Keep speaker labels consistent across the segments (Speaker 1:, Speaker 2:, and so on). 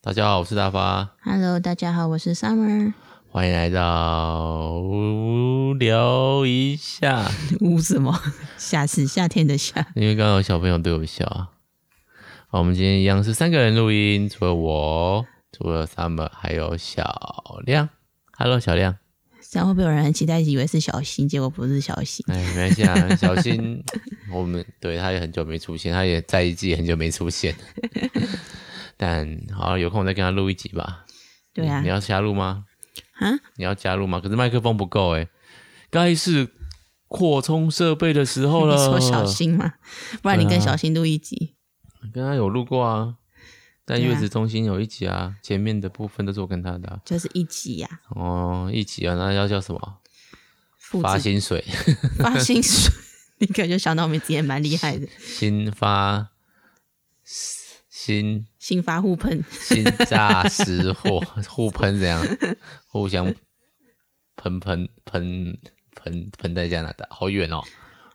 Speaker 1: 大家好，我是大发，
Speaker 2: Hello，大家好，我 是 Summer。
Speaker 1: 欢迎来到无聊一下。
Speaker 2: 呜什 么？夏是夏天的夏。
Speaker 1: 因为刚刚有小朋友对我笑啊。好，我们今天一样是三个人录音，除了我，除了 Summer，还有小亮。Hello，小亮。
Speaker 2: 这样会不会有人很期待，以为是小新，结果不是小新？
Speaker 1: 哎，没关系啊，小 新，我们对他也很久没出现，他也在意自己很久没出现。但好，有空我再跟他录一集吧。
Speaker 2: 对啊
Speaker 1: 你，要加入吗？
Speaker 2: 啊，
Speaker 1: 你要加入吗？可是麦克风不够哎、该是扩充设备的时候
Speaker 2: 你
Speaker 1: 了。
Speaker 2: 说小 新嘛，不然你
Speaker 1: 对
Speaker 2: 跟
Speaker 1: 啊
Speaker 2: 小新录一集。
Speaker 1: 跟他有录过啊，在
Speaker 2: 对啊
Speaker 1: 月子中心有一集啊，前面的部分都是我跟他的啊、
Speaker 2: 就是一集呀、
Speaker 1: 哦，一集啊，那要叫什么？
Speaker 2: 父
Speaker 1: 发
Speaker 2: 子
Speaker 1: 薪水，
Speaker 2: 发薪水，你感觉想到我们自己也蛮厉害的，
Speaker 1: 新发新
Speaker 2: 新发互喷，
Speaker 1: 新炸实货，互喷怎样？互相喷喷喷喷喷在加拿大，好远哦。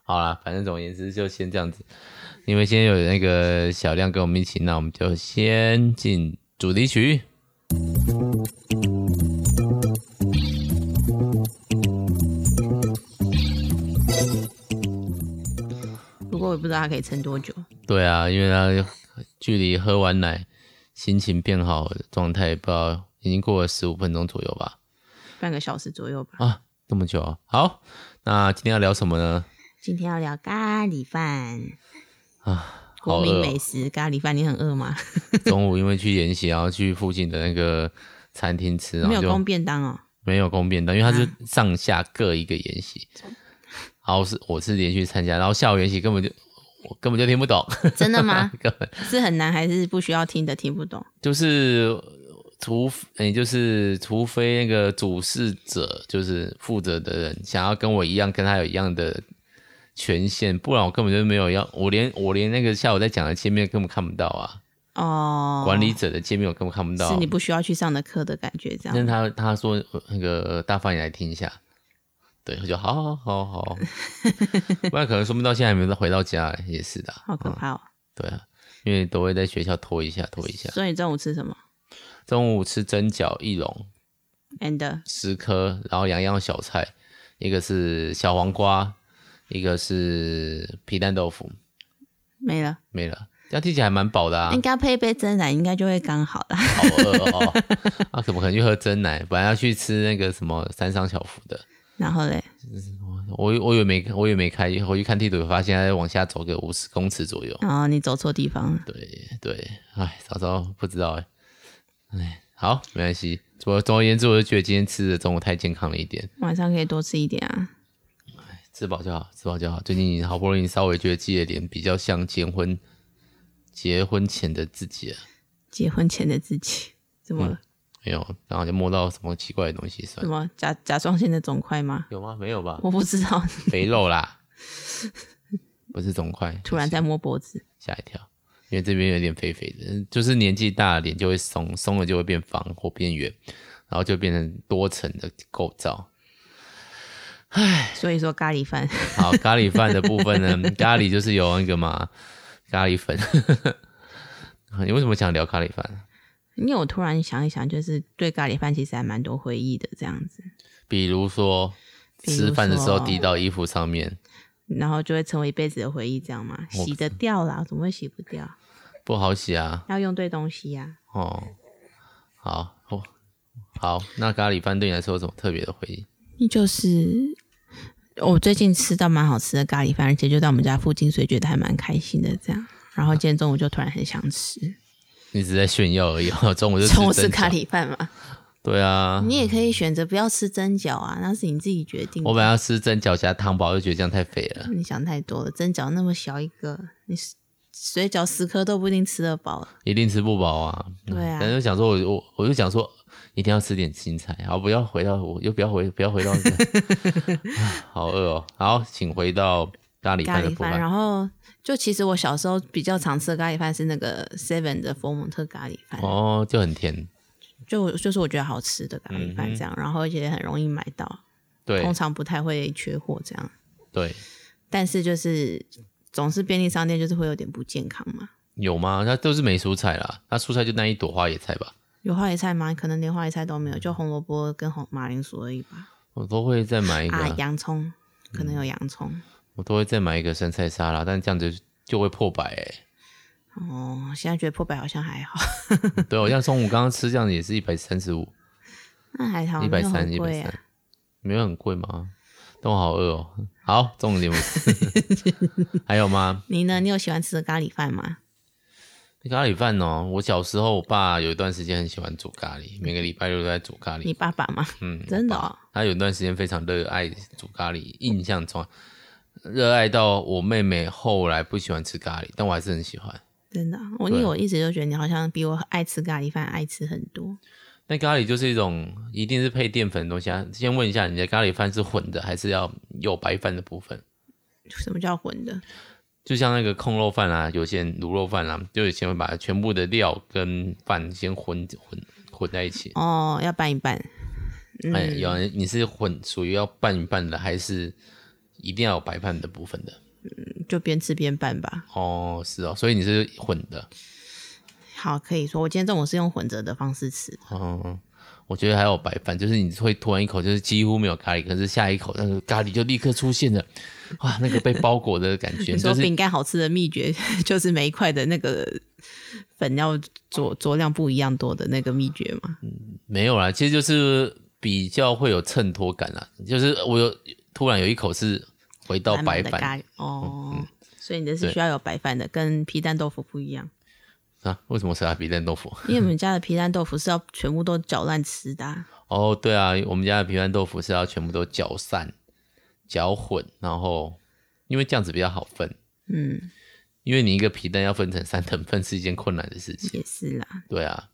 Speaker 1: 好啦，反正总而言之就先这样子，因为现在有那个小亮跟我们一起，那我们就先进主题曲。
Speaker 2: 不过我也不知道它可以撑多久。
Speaker 1: 对啊，因为他距离喝完奶心情变好的状态，不知道已经过了十五分钟左右吧？
Speaker 2: 半个小时左右吧。
Speaker 1: 啊，这么久啊、好，那今天要聊什么呢？
Speaker 2: 今天要聊咖喱饭，
Speaker 1: 啊，好
Speaker 2: 国民
Speaker 1: 饿、
Speaker 2: 美
Speaker 1: 哦。
Speaker 2: 食咖喱饭，你很饿吗？
Speaker 1: 中午因为去研习，然后去附近的那个餐厅吃，然
Speaker 2: 没
Speaker 1: 后
Speaker 2: 有嗯供
Speaker 1: 就
Speaker 2: 便当哦，
Speaker 1: 没有供便当，因为它是上下各一个研习。然后是我是连续参加，然后下午研习根本就我根本就听不懂，
Speaker 2: 真的吗？
Speaker 1: 根本
Speaker 2: 是很难还是不需要听的听不懂？
Speaker 1: 就是除诶、就是除非那个主事者就是负责的人想要跟我一样，跟他有一样的权限，不然我根本就没有要，我连我连那个下午在讲的界面根本看不到啊，
Speaker 2: 哦，
Speaker 1: 管理者的界面我根本看不到。啊
Speaker 2: 是你不需要去上的课的感觉，这
Speaker 1: 但是
Speaker 2: 样。
Speaker 1: 他他说呃那个大发你来听一下，对，我就好好好 好，不然可能说不定到现在还没有回到家，也是的啊，
Speaker 2: 好可怕哦！
Speaker 1: 对啊，因为都会在学校拖一下拖一下。
Speaker 2: 所以你中午吃什么
Speaker 1: 中午吃蒸饺翼龙
Speaker 2: ？and
Speaker 1: 十颗，然后两样小菜，一个是小黄瓜，一个是皮蛋豆腐，
Speaker 2: 没了，
Speaker 1: 没了。这样听起来还蛮饱的啊
Speaker 2: 应，该配一杯真奶，应该就会刚好啦。
Speaker 1: 好饿哦！啊，怎么可能去喝真奶？本来要去吃那个什么三商小福的，
Speaker 2: 然后嘞，
Speaker 1: 我以我以为没我以为没开，回去看地图发现还往下走个五十公尺左右。
Speaker 2: 然后你走错地方了。
Speaker 1: 对对，哎，早知道不知道哎，哎，好，没关系。总总而言之，我就觉得今天吃的中午太健康了一点，
Speaker 2: 晚上可以多吃一点啊。
Speaker 1: 吃饱就好，吃饱就好。最近好不容易稍微觉得自己的脸比较像结婚结婚前的自己了，
Speaker 2: 结婚前的自己 怎么
Speaker 1: 嗯
Speaker 2: 了？
Speaker 1: 没有，然后就摸到什么奇怪的东西算
Speaker 2: 什
Speaker 1: 了。
Speaker 2: 么甲甲状腺的肿块吗？
Speaker 1: 有吗？没有吧？
Speaker 2: 我不知道，
Speaker 1: 肥肉啦，不是肿块，
Speaker 2: 突然在摸 脖子。
Speaker 1: 吓一跳，因为这边有点肥肥的，就是年纪大了脸就会松，松了就会变方或变圆，然后就变成多层的构造。
Speaker 2: 所以说咖喱饭
Speaker 1: 好，咖喱饭的部分呢， 咖喱就是有那个嘛，咖喱粉。 你为什么想聊咖喱饭？
Speaker 2: 因为我突然想一想，就是对咖喱饭其实还蛮多回忆的这样子，
Speaker 1: 比如说
Speaker 2: 比如说
Speaker 1: 吃饭的时候滴到衣服上面，
Speaker 2: 然后就会成为一辈子的回忆，这样嘛，洗得掉啦，怎么会洗不掉？
Speaker 1: 不好洗啊。
Speaker 2: 要用对东西呀、
Speaker 1: 哦，好，哦、好，那咖喱饭对你来说有什么特别的回忆？
Speaker 2: 就是我最近吃到蛮好吃的咖喱饭，而且就在我们家附近，所以觉得还蛮开心的这样。然后今天中午就突然很想吃，
Speaker 1: 你只是在炫耀而已。哦中午就吃
Speaker 2: 中午吃
Speaker 1: 蒸饺
Speaker 2: 咖，喱饭嘛，
Speaker 1: 对啊，
Speaker 2: 你也可以选择不要吃蒸饺啊，那是你自己决定的。
Speaker 1: 我本来要吃蒸饺加汤包，就觉得这样太肥了。
Speaker 2: 你想太多了，蒸饺那么小一个，你水水饺十颗都不一定吃得饱。
Speaker 1: 一定吃不饱啊。
Speaker 2: 对啊
Speaker 1: 但是想说我，我我就想说，一定要吃点青菜，好，不要回到我，又不要回，不要回到、那个 唉好饿哦。好，请回到咖喱
Speaker 2: 咖
Speaker 1: 饭的
Speaker 2: 喱
Speaker 1: 部
Speaker 2: 饭，
Speaker 1: 分。
Speaker 2: 然后就其实我小时候比较常吃的咖喱饭是那个 Seven 的佛蒙特咖喱饭，
Speaker 1: 哦，就很甜，
Speaker 2: 就就是我觉得好吃的咖喱饭这样，然后而且很容易买到，
Speaker 1: 嗯对
Speaker 2: 通常不太会缺货这样。
Speaker 1: 对
Speaker 2: 但是就是总是便利商店就是会有点不健康嘛，
Speaker 1: 有吗？它都是没蔬菜啦，它蔬菜就那一朵花椰菜吧。
Speaker 2: 有花椰菜吗？可能连花椰菜都没有，就红萝卜跟红马铃薯而已吧。
Speaker 1: 我都会再买一个，嗯
Speaker 2: 啊，洋葱可能有洋葱。
Speaker 1: 我都会再买一个生菜沙拉，但这样子就会破百哎、
Speaker 2: 哦，现在觉得破百好像还好，
Speaker 1: 对，我像中午刚刚吃这样子也是一百三十五，
Speaker 2: 那还好，
Speaker 1: 一百三，
Speaker 2: 没
Speaker 1: 一
Speaker 2: 有很贵
Speaker 1: 百
Speaker 2: 啊。
Speaker 1: 三，没有很贵吗？但我好饿哦。 好，中午节目 还有吗？
Speaker 2: 你呢？你有喜欢吃的咖喱饭吗？
Speaker 1: 咖喱饭哦，我小时候我爸有一段时间很喜欢煮咖喱，每个礼拜六都在煮咖
Speaker 2: 你
Speaker 1: 喱。
Speaker 2: 爸爸吗？
Speaker 1: 嗯，
Speaker 2: 真的
Speaker 1: 我爸
Speaker 2: 哦
Speaker 1: 他有一段时间非常热爱煮咖喱，印象中啊热爱到我妹妹后来不喜欢吃咖喱，但我还是很喜欢。
Speaker 2: 真的啊，我因
Speaker 1: 对
Speaker 2: 为我一直就觉得你好像比我爱吃咖喱饭爱吃很多。
Speaker 1: 那咖喱就是一种一定是配淀粉的东西啊。先问一下，你的咖喱饭是混的，还是要有白饭的部分？
Speaker 2: 什么叫混的？
Speaker 1: 就像那个控肉饭啊，有些人卤肉饭啊，就有些会把全部的料跟饭先混混混在一起。
Speaker 2: 哦，要拌一拌。嗯，
Speaker 1: 哎，有人你是混属于要拌一拌的，还是一定要有白饭的部分的？
Speaker 2: 就边吃边拌吧。
Speaker 1: 哦，是哦，所以你是混的。
Speaker 2: 好，可以说我今天中午是用混着的方式吃。
Speaker 1: 哦，我觉得还有白饭，就是你会突然一口就是几乎没有咖喱，可是下一口那个咖喱就立刻出现了，哇，那个被包裹的感觉，
Speaker 2: 你说
Speaker 1: 就是
Speaker 2: 饼干好吃的秘诀 就是每一块的那个粉要佐佐量不一样多的那个秘诀吗？
Speaker 1: 没有啦，其实就是比较会有衬托感啦。就是我有突然有一口是回到
Speaker 2: 满
Speaker 1: 白
Speaker 2: 满的
Speaker 1: 饭嗯
Speaker 2: 咖喱哦，所以你的是需要有白饭的，跟皮蛋豆腐不一样。
Speaker 1: 啊，为什么是阿皮蛋豆腐？
Speaker 2: 因为我们家的皮蛋豆腐是要全部都搅烂吃的、啊，
Speaker 1: 哦，对啊，我们家的皮蛋豆腐是要全部都搅散、搅混，然后因为这样子比较好分，
Speaker 2: 嗯，
Speaker 1: 因为你一个皮蛋要分成三等份是一件困难的事情。
Speaker 2: 也是啦，
Speaker 1: 对啊，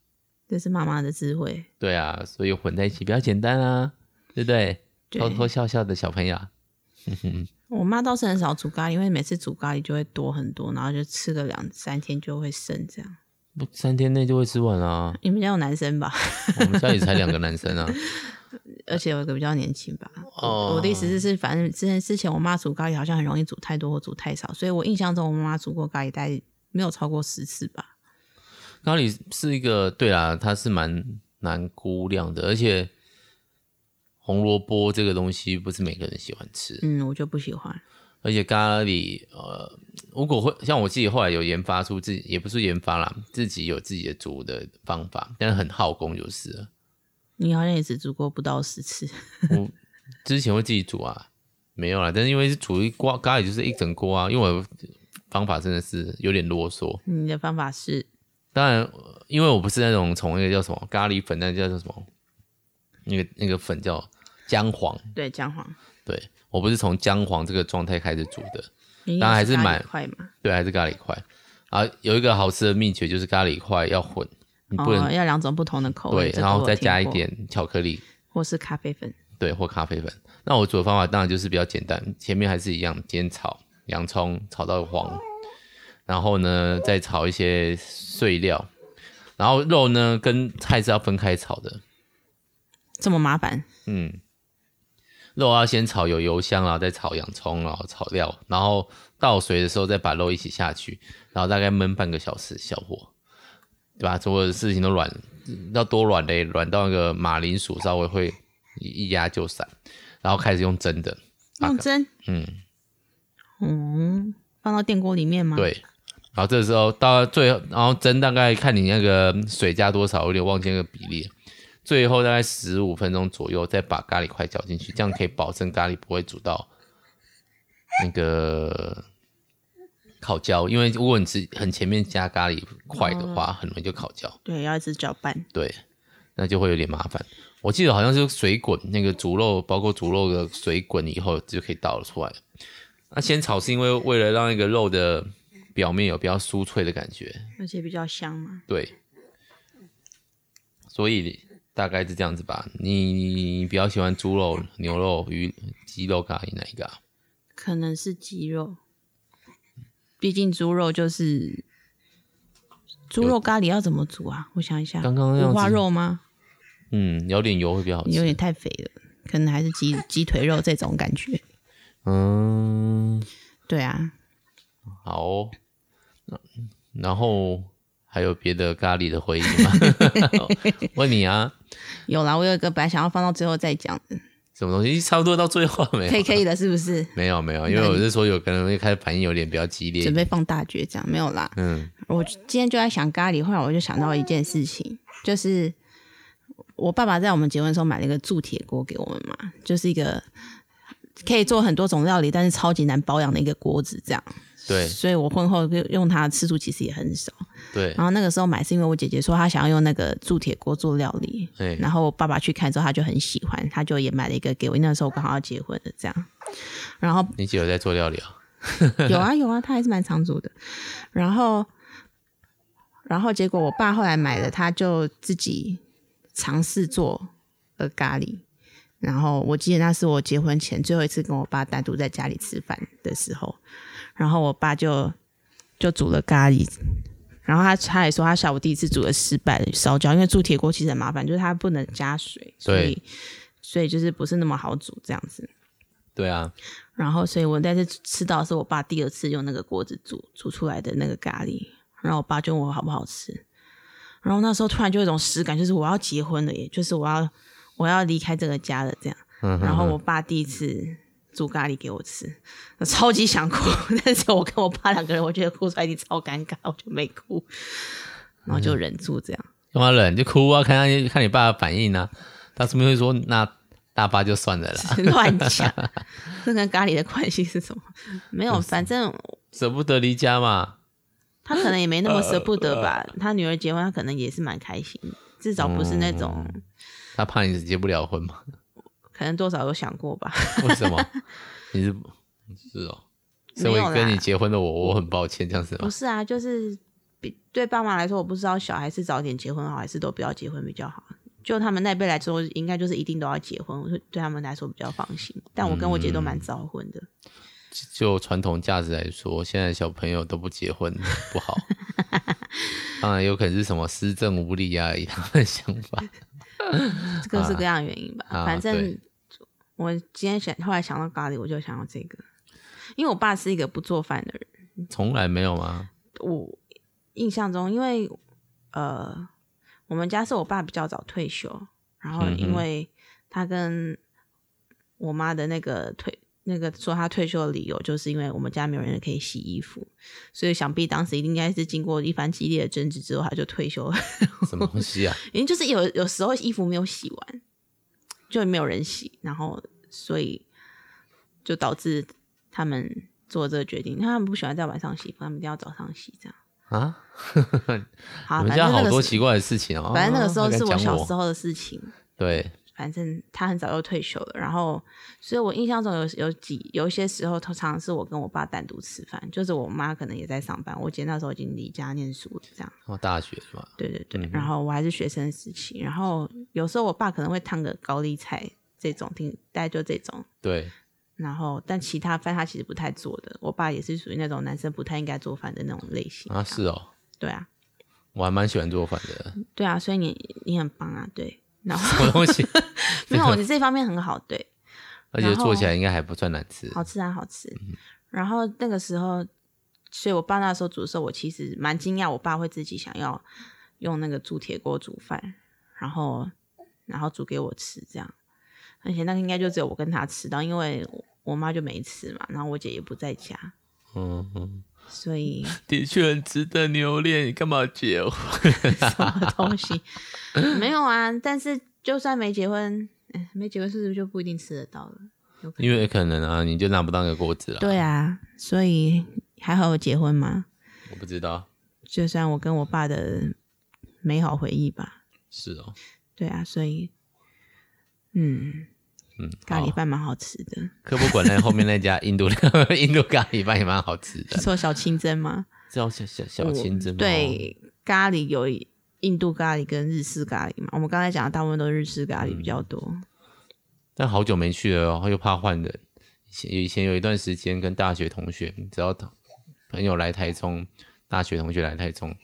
Speaker 2: 这是妈妈的智慧。
Speaker 1: 对啊，所以混在一起比较简单啊，对不对？
Speaker 2: 对
Speaker 1: 偷偷笑笑的小朋友啊，
Speaker 2: 我妈倒是很少煮咖喱，因为每次煮咖喱就会多很多，然后就吃个两三天就会剩这样。。
Speaker 1: 不三天内就会吃完啊
Speaker 2: 你们家有男生吧？
Speaker 1: 我们家里才两个男生啊，
Speaker 2: 而且有一个比较年轻吧。
Speaker 1: 哦
Speaker 2: 我的意思是，是反正之前之前我妈煮咖喱好像很容易煮太多或煮太少，所以我印象中我妈妈煮过咖喱大概没有超过十次吧。
Speaker 1: 咖喱是一个对啦，它是蛮难估量的，而且红萝卜这个东西不是每个人喜欢吃，
Speaker 2: 嗯，我就不喜欢。
Speaker 1: 而且咖喱呃，如果会像我自己后来有研发出自己，也不是研发啦，自己有自己的煮的方法，但是很耗工就是了。
Speaker 2: 你好像也只煮过不到十次，
Speaker 1: 我之前会自己煮啊，没有啦，但是因为是煮一锅咖喱就是一整锅啊，因为我方法真的是有点啰嗦，
Speaker 2: 你的方法是
Speaker 1: 当然，呃因为我不是那种从那个叫什么咖喱粉，那个叫做什么，那个那个粉叫姜黄，
Speaker 2: 对姜黄，
Speaker 1: 对我不是从姜黄这个状态开始煮的，
Speaker 2: 你应
Speaker 1: 当然
Speaker 2: 该
Speaker 1: 还是
Speaker 2: 咖喱
Speaker 1: 买
Speaker 2: 块嘛，
Speaker 1: 对，还是咖喱块啊。有一个好吃的秘诀就是咖喱块要混，你不能、
Speaker 2: 哦，要两种不同的口味，
Speaker 1: 对，
Speaker 2: 这个
Speaker 1: 然后
Speaker 2: 我
Speaker 1: 再
Speaker 2: 听
Speaker 1: 加一
Speaker 2: 过，
Speaker 1: 点巧克力，
Speaker 2: 或是咖啡粉。
Speaker 1: 对，或咖啡粉。那我煮的方法当然就是比较简单，前面还是一样，先炒洋葱，炒到黄，然后呢再炒一些碎料，然后肉呢跟菜是要分开炒的。
Speaker 2: 这么麻烦，
Speaker 1: 嗯，肉要先炒有油香，然啊后再炒洋葱，然后炒料，然后倒水的时候再把肉一起下去，然后大概焖半个小时，小火，对吧？所有的事情都软，要多软嘞，软到那个马铃薯稍微会一一压就散，然后开始用蒸的，啊
Speaker 2: 用蒸，
Speaker 1: 嗯，
Speaker 2: 嗯，放到电锅里面吗？，
Speaker 1: 对。然后这时候到最后，然后蒸大概看你那个水加多少，我有点忘记那个比例。最后大概十五分钟左右，再把咖喱块搅进去，这样可以保证咖喱不会煮到那个烤焦。因为如果你是很前面加咖喱块的
Speaker 2: 哦
Speaker 1: 话，很容易就烤焦。
Speaker 2: 对，要一直搅拌。
Speaker 1: 对，那就会有点麻烦。我记得好像是水滚那个猪肉，包括猪肉的水滚以后就可以倒了出来了。那先炒是因为为了让那个肉的表面有比较酥脆的感觉，
Speaker 2: 而且比较香嘛。
Speaker 1: 对，所以大概是这样子吧。你比较喜欢猪肉、牛肉、鱼、鸡肉咖喱哪一个、啊？
Speaker 2: 可能是鸡肉，毕竟猪肉就是猪肉咖喱要怎么煮啊？我想一下，
Speaker 1: 刚刚那样子
Speaker 2: 五花肉吗？
Speaker 1: 嗯，有点油会比较好
Speaker 2: 有
Speaker 1: 吃。
Speaker 2: 点太肥了，可能还是鸡鸡腿肉这种感觉。
Speaker 1: 嗯，
Speaker 2: 对啊，
Speaker 1: 好哦、那然后还有别的咖喱的回忆吗？ 问你啊，
Speaker 2: 有啦，我有一个本来想要放到最后再讲的，
Speaker 1: 什么东西？差不多到最后了没有？
Speaker 2: 可以可以的，是不是？
Speaker 1: 没有没有，因为我是说有可能会开始反应有点比较激烈
Speaker 2: 准。备放大决这样没有啦。
Speaker 1: 嗯，
Speaker 2: 我今天就在想咖喱，后来我就想到一件事情，就是我爸爸在我们结婚的时候买了一个铸铁锅给我们嘛，就是一个可以做很多种料理，但是超级难保养的一个锅子这样。
Speaker 1: 对
Speaker 2: 所以我婚后就用它的次数其实也很少。
Speaker 1: 对，
Speaker 2: 然后那个时候买是因为我姐姐说她想要用那个铸铁锅做料理，
Speaker 1: 哎
Speaker 2: 然后我爸爸去看之后他就很喜欢，他就也买了一个给我。那时候我刚好要结婚的这样，然后
Speaker 1: 你姐有在做料理啊？
Speaker 2: 有啊有啊，他还是蛮常煮的。然后，然后结果我爸后来买了，他就自己尝试做呃咖喱。然后我记得那是我结婚前最后一次跟我爸单独在家里吃饭的时候，然后我爸就就煮了咖喱。然后他他也说他下午第一次煮了失败的烧焦，因为铸铁锅其实很麻烦，就是它不能加水，所以所以就是不是那么好煮这样子。
Speaker 1: 对啊，
Speaker 2: 然后，所以我那次吃到的是我爸第二次用那个锅子煮煮出来的那个咖喱，然后我爸就问我好不好吃，然后那时候突然就有一种实感，就是我要结婚了耶，就是我要我要离开这个家了这样。
Speaker 1: 嗯
Speaker 2: 然后我爸第一次煮咖喱给我吃，我超级想哭， 但是我跟我爸两个人，我觉得哭出来一定超尴尬，我就没哭，然后就忍住这样。
Speaker 1: 干嘛忍就哭啊？看他看你爸的反应啊。他说不定会说那大巴就算了啦，
Speaker 2: 乱讲， 这跟咖喱的关系是什么？没有，反正
Speaker 1: 舍不得离家嘛。
Speaker 2: 他可能也没那么
Speaker 1: 呃
Speaker 2: 舍不得吧。他女儿结婚，他可能也是蛮开心的，至少不是那种、
Speaker 1: 嗯他怕你结不了婚 嘛？
Speaker 2: 可能多少有想过吧。
Speaker 1: 为什么？你是是哦，身
Speaker 2: 没有
Speaker 1: 为
Speaker 2: 啦
Speaker 1: 跟你结婚的我，我很抱歉，这样子
Speaker 2: 不
Speaker 1: 吗？
Speaker 2: 是啊，就是比对爸妈来说，我不知道小孩是早点结婚好，还是都不要结婚比较好。就他们那辈来说，应该就是一定都要结婚，我就对他们来说比较放心。但我跟我姐都
Speaker 1: 嗯
Speaker 2: 蛮早婚的，
Speaker 1: 就传统价值来说，现在小朋友都不结婚，不 好。当然有可能是什么施政无力啊，一样的想法。
Speaker 2: 各式各样的原因吧。
Speaker 1: 啊
Speaker 2: 反正
Speaker 1: 对
Speaker 2: 我今天想，后来想到咖喱，我就想到这个，因为我爸是一个不做饭的人。
Speaker 1: 从来没有吗？
Speaker 2: 我印象中，因为呃，我们家是我爸比较早退休，然后
Speaker 1: 嗯哼
Speaker 2: 因为他跟我妈的那个退那个说他退休的理由，就是因为我们家没有人可以洗衣服，所以想必当时应该是经过一番激烈的争执之后，他就退休了。
Speaker 1: 什么东西啊？
Speaker 2: 因为就是有有时候衣服没有洗完，就没有人洗，然后所以就导致他们做这个决定，他们不喜欢在晚上洗衣服，他们一定要早上洗这样。
Speaker 1: 啊！
Speaker 2: 好，
Speaker 1: 你
Speaker 2: 啊反
Speaker 1: 们
Speaker 2: 正
Speaker 1: 家
Speaker 2: 那
Speaker 1: 好
Speaker 2: 个
Speaker 1: 多
Speaker 2: 时
Speaker 1: 奇怪的事情哦。
Speaker 2: 反正那个时候是
Speaker 1: 还敢讲
Speaker 2: 小
Speaker 1: 我
Speaker 2: 时候的事情。
Speaker 1: 对，
Speaker 2: 反正他很早就退休了，然后，所以我印象中有有几有一些时候，通常是我跟我爸单独吃饭，就是我妈可能也在上班，我姐那时候已经离家念书了，这样，
Speaker 1: 我哦大学嘛，
Speaker 2: 对对对。
Speaker 1: 嗯哼
Speaker 2: 然后我还是学生时期，然后有时候我爸可能会烫个高丽菜这种，挺大概就这种，
Speaker 1: 对，
Speaker 2: 然后但其他饭他其实不太做的，我爸也是属于那种男生不太应该做饭的那种类型
Speaker 1: 啊是哦，
Speaker 2: 对啊，
Speaker 1: 我还蛮喜欢做饭的。
Speaker 2: 对啊，所以你你很棒啊，对。然后
Speaker 1: 什么东 西？
Speaker 2: 没有，你这方面很好，对，
Speaker 1: 而且做起来应该还不算难吃。
Speaker 2: 好吃啊，好吃。然后那个时候，所以我爸那时候煮的时候，我其实蛮惊讶，我爸会自己想要用那个铸铁锅煮饭，然后然后煮给我吃这样。而且那个应该就只有我跟他吃到，因为我我妈就没吃嘛，然后我姐也不在家，
Speaker 1: 嗯嗯，
Speaker 2: 所以
Speaker 1: 的确很值得留恋。你干嘛结婚？
Speaker 2: 什么东 西没有啊。但是就算没结婚，哎没结婚是不是就不一定吃得到了？有可能
Speaker 1: 因为可能啊，你就拿不到那个锅子了。
Speaker 2: 对啊，所以还好有结婚嘛，
Speaker 1: 我不知道，
Speaker 2: 就算我跟我爸的美好回忆吧。
Speaker 1: 是哦，
Speaker 2: 对啊，所以嗯，
Speaker 1: 嗯，
Speaker 2: 咖喱
Speaker 1: 好。
Speaker 2: 饭蛮好吃的。
Speaker 1: 科博馆那后面那 家印度印度咖喱饭也蛮好吃
Speaker 2: 你
Speaker 1: 的，
Speaker 2: 说小清蒸吗？
Speaker 1: 叫小小小清哦蒸。，
Speaker 2: 对，咖喱有印度咖喱跟日式咖喱嘛。我们刚才讲的大部分都是日式咖喱比较
Speaker 1: 嗯
Speaker 2: 多。
Speaker 1: 但好久没去了哦，又怕换人。以前以前有一段时间跟大学同学，只要朋友来台中，大学同学来台中，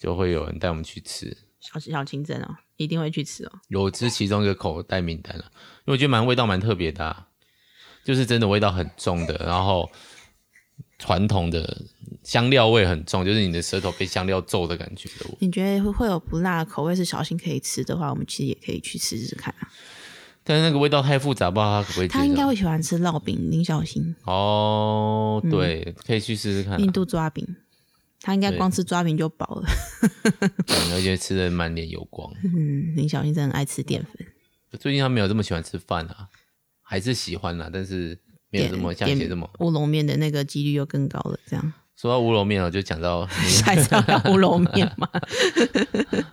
Speaker 1: 就会有人带我们去吃。
Speaker 2: 小小清蒸哦，一定会去吃哦。
Speaker 1: 有吃其中一个口袋名单了、因为我觉得蛮味道蛮特别的、啊，就是真的味道很重的，然后传统的香料味很重，就是你的舌头被香料揍的感觉的。
Speaker 2: 你觉得会会有不辣的口味是小新可以吃的话，我们其实也可以去试试看啊。
Speaker 1: 但是那个味道太复杂，不知道他可不可以接受。
Speaker 2: 他应该会喜欢吃烙饼，林小新
Speaker 1: 哦，对，可以去试试看、啊。
Speaker 2: 嗯印度抓饼，他应该光吃抓饼就饱了。
Speaker 1: 嗯而且吃的满脸油光。
Speaker 2: 嗯，林小新真的很爱吃
Speaker 1: 嗯
Speaker 2: 淀粉，
Speaker 1: 最近他没有这么喜欢吃饭啊，还是喜欢啊啦、但是没有
Speaker 2: 点
Speaker 1: 这么像以前
Speaker 2: 点
Speaker 1: 这么。
Speaker 2: 乌龙面的那个几率又更高了。这样
Speaker 1: 说到乌龙面，我就讲到
Speaker 2: 下一次要聊乌龙面嘛？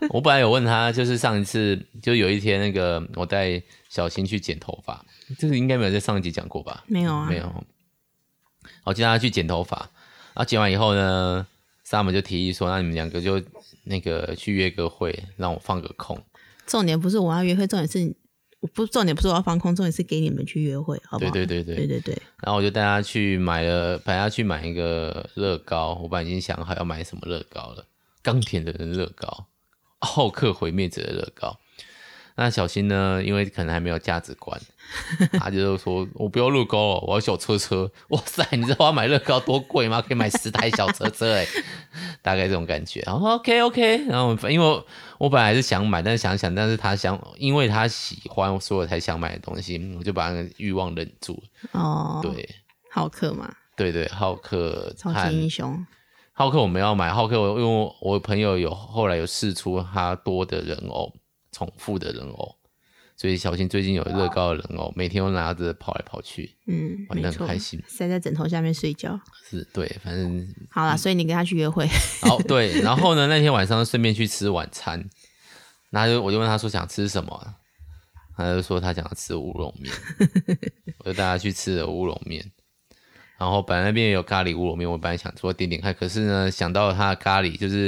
Speaker 1: 我本来有问他，就是上一次，就有一天那个我带小新去剪头发，这个应该没有在上一集讲过吧？
Speaker 2: 没有啊，
Speaker 1: 没有。我叫他去剪头发，然后剪完以后呢，萨姆就提议说，那你们两个就那个去约个会，让我放个空。
Speaker 2: 重点不是我要约会，重点是我不重点不是我要放空，重点是给你们去约会，好不
Speaker 1: 对
Speaker 2: 好？
Speaker 1: 对对对。
Speaker 2: 对对对
Speaker 1: 然后我就带他去买了，本来要去买一个乐高，我本来已经想好要买什么乐高了，钢铁人的乐高，浩克毁灭者的乐高。那小新呢？因为可能还没有价值观，他就说：“我不要乐高哦，我要小车车。”哇塞，你知道我要买乐高多贵吗？可以买十台小车车哎，大概这种感觉。然后 OK OK，然后我因为我我本来是想买，但是想想，但是他想，因为他喜欢，所以我才想买的东西，我就把那个欲望忍住了。
Speaker 2: 哦，
Speaker 1: 对，
Speaker 2: 好客嘛，
Speaker 1: 对对，浩克
Speaker 2: 超级英
Speaker 1: 和
Speaker 2: 雄，
Speaker 1: 浩克我们要买浩克，我因为我我朋友有后来有试出他多的人偶，重复的人偶，所以小新最近有乐高的人偶，每天都拿着跑来跑去，
Speaker 2: 嗯，
Speaker 1: 玩得
Speaker 2: 没
Speaker 1: 很
Speaker 2: 错
Speaker 1: 开心，嗯
Speaker 2: 塞在枕头下面睡觉。
Speaker 1: 是对，反正
Speaker 2: 好啦，所以你跟他去约会，
Speaker 1: 好对。然后呢，那天晚上顺便去吃晚餐，然后就我就问他说想吃什么，他就说他想要吃乌龙 面，我就带他去吃了乌龙面。然后本来那边也有咖喱乌龙面，我本来想说点点看，可是呢，想到他的咖喱，就是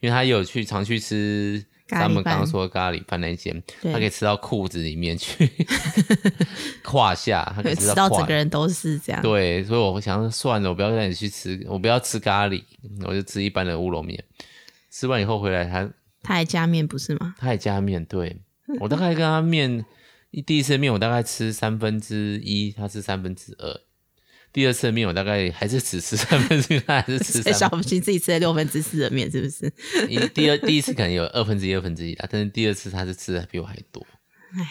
Speaker 1: 因为他有去常去吃
Speaker 2: 咖喱
Speaker 1: 他们刚刚
Speaker 2: 饭
Speaker 1: 说的咖喱饭那间，
Speaker 2: 对
Speaker 1: 他可以吃到裤子里面 去，胯下，他可以
Speaker 2: 吃
Speaker 1: 吃到
Speaker 2: 到整
Speaker 1: 胯
Speaker 2: 个。人都是 这样。
Speaker 1: 对，所以我想说算了，我不要带你去吃，我不要吃咖喱，我就吃一般的乌龙面。吃完以后回来，他
Speaker 2: 他还加面不是吗？
Speaker 1: 他也加面，对我大概跟他面第一次面我大概吃三分之一，他吃三分之二。第二次面我大概还是只吃三分之一，他还是吃三
Speaker 2: 所以
Speaker 1: 分
Speaker 2: 小不行自己吃了六分之四的面，是不是？
Speaker 1: 一第二第一次可能有二分之一、二分之一啊，但是第二次他是吃的比我还多，
Speaker 2: 唉，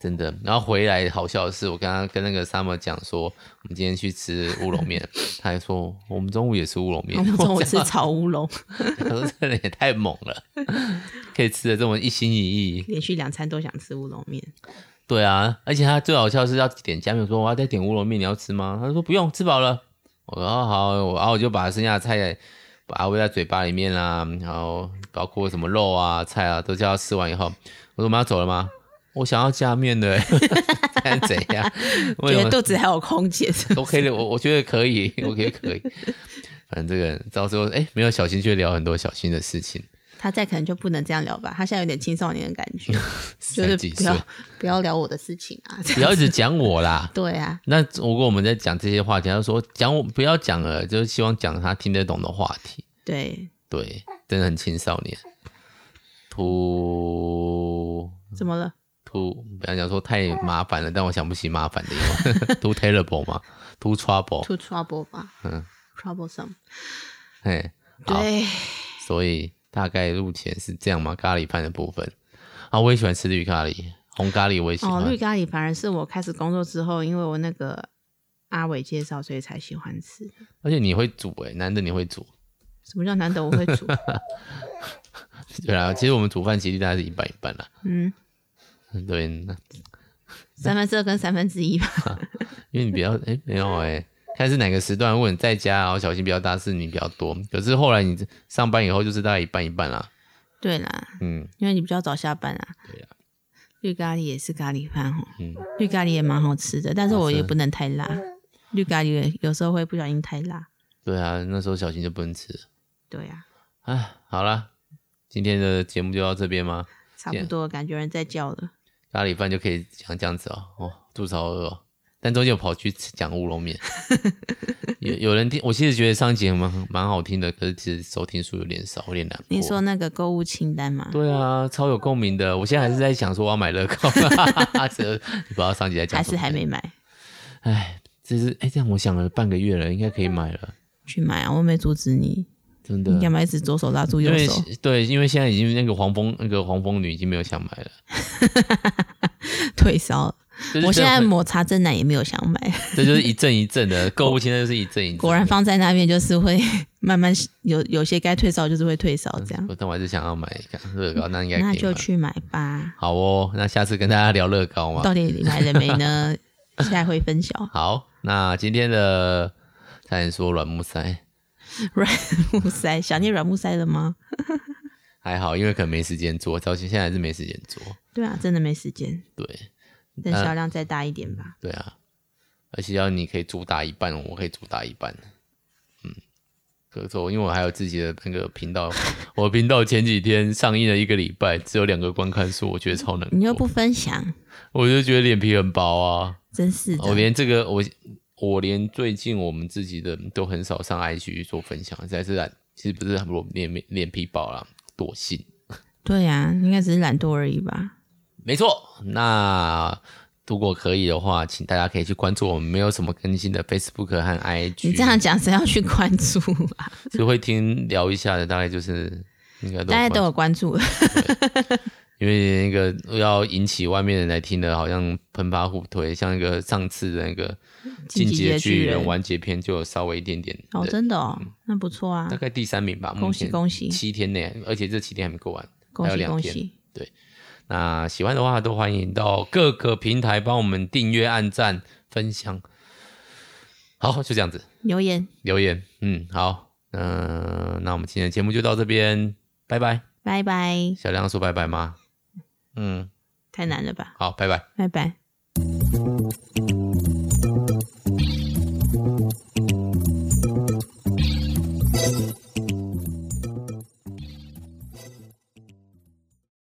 Speaker 1: 真的。然后回来好笑的是，我刚刚跟那个 Summer 讲说，我们今天去吃乌龙面，他还说我们中午也吃乌龙面，
Speaker 2: 我们中午吃
Speaker 1: 我想
Speaker 2: 炒乌龙，
Speaker 1: 他说这人也太猛了，可以吃的这么一心一意。
Speaker 2: 连续两餐都想吃乌龙面。
Speaker 1: 对啊，而且他最好笑的是要点加面，我说我要再点乌龙面，你要吃吗？他说不用，吃饱了。我说哦好，我然后我就把剩下的菜把它喂在嘴巴里面啦、然后包括什么肉啊、菜啊，都叫他吃完以后，我说我们要走了吗？我想要加面的、 欸，看怎样？为什
Speaker 2: 觉得
Speaker 1: 么
Speaker 2: 肚子还有 空间，是不是
Speaker 1: OK 的，我我觉得可以， 我觉得可以。反正这个人到时候哎、没有小新去聊很多小新的事情，
Speaker 2: 他再可能就不能这样聊吧？他现在有点青少年的感觉， 就
Speaker 1: 嗯才
Speaker 2: 是
Speaker 1: 几
Speaker 2: 不
Speaker 1: 岁，
Speaker 2: 要 不要聊我的事情啊！
Speaker 1: 不要一直讲我啦。
Speaker 2: 对啊，
Speaker 1: 那如果我们在讲这些话题，他就说讲我不要讲了，就是希望讲他听得懂的话题。
Speaker 2: 对，
Speaker 1: 对，真的很青少年。突
Speaker 2: 怎么了？
Speaker 1: 突，本来想说太麻烦了，但我想不起麻烦的英文。too terrible 嘛，too trouble。
Speaker 2: 出 trouble 吧？
Speaker 1: 嗯
Speaker 2: ，troublesome。
Speaker 1: 嘿，好
Speaker 2: 对，
Speaker 1: 所以大概入前是这样嘛，咖喱饭的部分。啊，我也喜欢吃绿咖喱，红咖喱我也喜欢。
Speaker 2: 哦，绿咖喱反而是我开始工作之后，因为我那个阿伟介绍，所以才喜欢吃。
Speaker 1: 而且你会煮诶、男的你会煮。
Speaker 2: 什么叫难得我会煮？
Speaker 1: 对啊，其实我们煮饭其实大概是一半一半啦。
Speaker 2: 嗯，
Speaker 1: 对，那
Speaker 2: 三分之二跟三分之一吧。
Speaker 1: 因为你比较哎、诶没有哎、看是哪个时段。如果你在家，然后小心比较大事你比较多，可是后来你上班以后就是大概一半一半啦。
Speaker 2: 对啦，
Speaker 1: 嗯，
Speaker 2: 因为你比较早下班啊。
Speaker 1: 对啊
Speaker 2: 绿咖喱也是咖喱饭哦，
Speaker 1: 嗯
Speaker 2: 绿咖喱也蛮好吃的，但是我
Speaker 1: 好吃
Speaker 2: 也不能太辣。绿咖喱有时候会不小心太辣。
Speaker 1: 对啊，那时候小心就不能吃了。
Speaker 2: 对啊呀、
Speaker 1: 哎，好啦，今天的节目就到这边吗？
Speaker 2: 差不多，感觉有人在叫了。
Speaker 1: 咖喱饭就可以讲这样子哦，哦，肚子好饿哦。但中间有跑去吃讲乌龙面， 有有人听，我其实觉得上一集蛮蛮好听的，可是其实收听数有点少，有点难过。
Speaker 2: 你说那个购物清单吗？
Speaker 1: 对啊，超有共鸣的。我现在还是在想说我要买乐高， 这你不知道上集在讲
Speaker 2: 还
Speaker 1: 什
Speaker 2: 是
Speaker 1: 么。
Speaker 2: 还没买？
Speaker 1: 哎，这是哎，这样我想了半个月了，应该可以买了。
Speaker 2: 去买啊，我没阻止你，
Speaker 1: 真的
Speaker 2: 你。干嘛一直左手拉住
Speaker 1: 因
Speaker 2: 右
Speaker 1: 为
Speaker 2: 手？
Speaker 1: 对，因为现在已经那个黄蜂那个黄蜂女已经没有想买了。
Speaker 2: 退烧了，
Speaker 1: 就是
Speaker 2: 我
Speaker 1: 真
Speaker 2: 现
Speaker 1: 的
Speaker 2: 在
Speaker 1: 会
Speaker 2: 抹茶真奶也没有想买，
Speaker 1: 这就是一阵一阵的购物清单，就是一阵一阵的。
Speaker 2: 果然放在那边就是会 慢慢有有些该退烧就是会退烧这样，
Speaker 1: 我，但我还是想要买一个乐高，嗯那应该可以
Speaker 2: 那就
Speaker 1: 买
Speaker 2: 去买吧。
Speaker 1: 好哦。那下次跟大家聊乐高嘛。
Speaker 2: 到底你买了没呢？现在会分晓。
Speaker 1: 好，那今天的差点说软木塞
Speaker 2: 软木塞，想念软木塞了吗？
Speaker 1: 还好，因为可能没时间做，到现在还是没时间做。
Speaker 2: 对啊，真的没时间，
Speaker 1: 对
Speaker 2: 等
Speaker 1: 呃
Speaker 2: 销量再大一点吧。
Speaker 1: 对啊，而且要你可以主打一半，我可以主打一半。嗯，可是我因为我还有自己的那个频道， 我频道前几天上映了一个礼拜，只有两个观看数，我觉得超难过。
Speaker 2: 你又不分享，
Speaker 1: 我就觉得脸皮很薄啊！
Speaker 2: 真是
Speaker 1: 我
Speaker 2: 的。
Speaker 1: 连这个我我连最近我们自己的都很少上 IG 做分享，实在是懒，其实不是很我脸面脸皮薄啦，惰性。
Speaker 2: 对呀、啊，应该只是懒惰而已吧。
Speaker 1: 没错，那如果可以的话，请大家可以去关注我们没有什么更新的 Facebook 和 IG。
Speaker 2: 你这样讲，谁要去关注啊？
Speaker 1: 只会听聊一下的，大概就是应该都
Speaker 2: 大家都有关注了，
Speaker 1: 因为那个要引起外面人来听的，好像喷发互推，像那个上次的那个《进
Speaker 2: 进击的
Speaker 1: 阶
Speaker 2: 巨
Speaker 1: 巨
Speaker 2: 人
Speaker 1: 人》完结篇，就有稍微一点点
Speaker 2: 哦，
Speaker 1: 的
Speaker 2: 真的哦，那不错啊
Speaker 1: 嗯大，概第三名吧，目
Speaker 2: 恭喜
Speaker 1: 前
Speaker 2: 恭喜
Speaker 1: 七天内，而且这七天还没过完。
Speaker 2: 恭
Speaker 1: 还有
Speaker 2: 喜
Speaker 1: 两
Speaker 2: 恭
Speaker 1: 天
Speaker 2: 喜！
Speaker 1: 那喜欢的话，都欢迎到各个平台帮我们订阅、按赞、分享。好，就这样子，
Speaker 2: 留言，
Speaker 1: 留言，嗯，好，嗯、那我们今天的节目就到这边，拜拜。
Speaker 2: 拜拜，
Speaker 1: 小亮说拜拜吗？嗯，
Speaker 2: 太难了吧，
Speaker 1: 好，拜拜。
Speaker 2: 拜拜。